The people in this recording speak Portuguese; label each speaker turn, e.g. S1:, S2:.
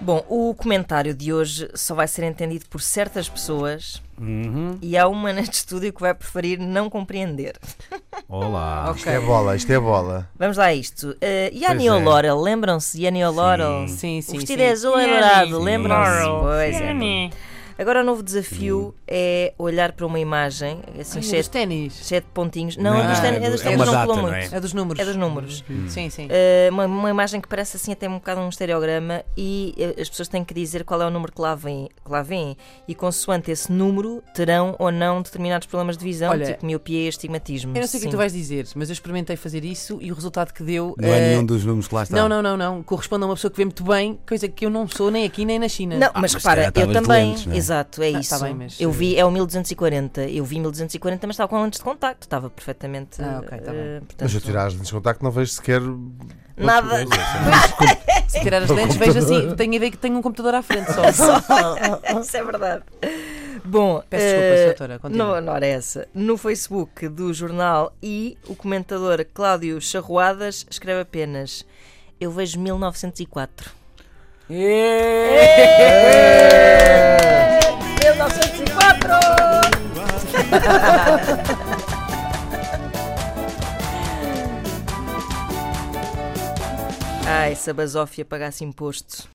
S1: Bom, o comentário de hoje só vai ser entendido por certas pessoas e há uma neste estúdio que vai preferir não compreender.
S2: Olá.
S1: Ok.
S3: Isto é bola, isto é bola.
S1: Vamos lá a isto. Eh, e a
S3: Pois
S1: Annie
S3: é.
S1: O'Laurel, lembram-se de Annie O'Laurel?
S4: Sim,
S1: O
S4: sim,
S1: vestido
S4: sim.
S1: é azul é
S4: Annie.
S1: dourado, lembram-se?
S4: Laurel.
S1: Pois é. Agora o novo desafio é olhar para uma imagem, assim,
S4: Ai, é dos
S1: sete,
S4: ténis.
S1: sete pontinhos. Não, é dos
S4: Ah,
S1: ténis,
S2: é
S1: é dos
S2: do-
S1: ténis,
S2: é uma
S1: não pulou
S2: data, não é?
S1: muito.
S4: É dos números.
S1: É dos números.
S4: Sim, sim.
S1: Eh, uma, uma imagem que parece assim até um bocado um estereograma e eh, as pessoas têm que dizer qual é o número que lá vem, que lá vem e consoante esse número terão ou não determinados problemas de visão,
S4: Olha,
S1: tipo miopia e astigmatismo.
S4: Eu não sei o que
S1: Sim.
S4: tu vais dizer, mas eu experimentei fazer isso e o resultado que deu.
S2: Não é
S4: eh,
S2: nenhum dos números que lá está.
S4: Não, não, não, não. Corresponde a uma pessoa que vê muito bem, coisa que eu não sou nem aqui nem na China.
S1: Não, mas
S2: Ah, mas se
S1: repara,
S2: calhar
S1: eu
S2: estavas
S1: também.
S2: doente, não é?
S1: Exato, é
S4: tá
S1: isso.
S4: bem, mas-
S1: eu vi, é o 1240. Eu vi 1240, mas estava com lentes de contacto, estava perfeitamente.
S4: Ah, ok, tá bem.
S1: eh,
S3: Mas eu
S1: portanto,
S3: tirar as lentes de contacto não vejo sequer.
S1: Nada.
S4: Se tirar as lentes, vejo assim. Tenho a ideia que tenho um computador à frente só.
S1: Isso é verdade. Bom,
S4: Peço
S1: eh,
S4: desculpa, doutora, continua.
S1: Não, não era essa. No Facebook do jornal I, o comentador Cláudio Charroadas escreve apenas: Eu vejo 1904. 1904! Ah, Ai, se a basófia pagasse imposto.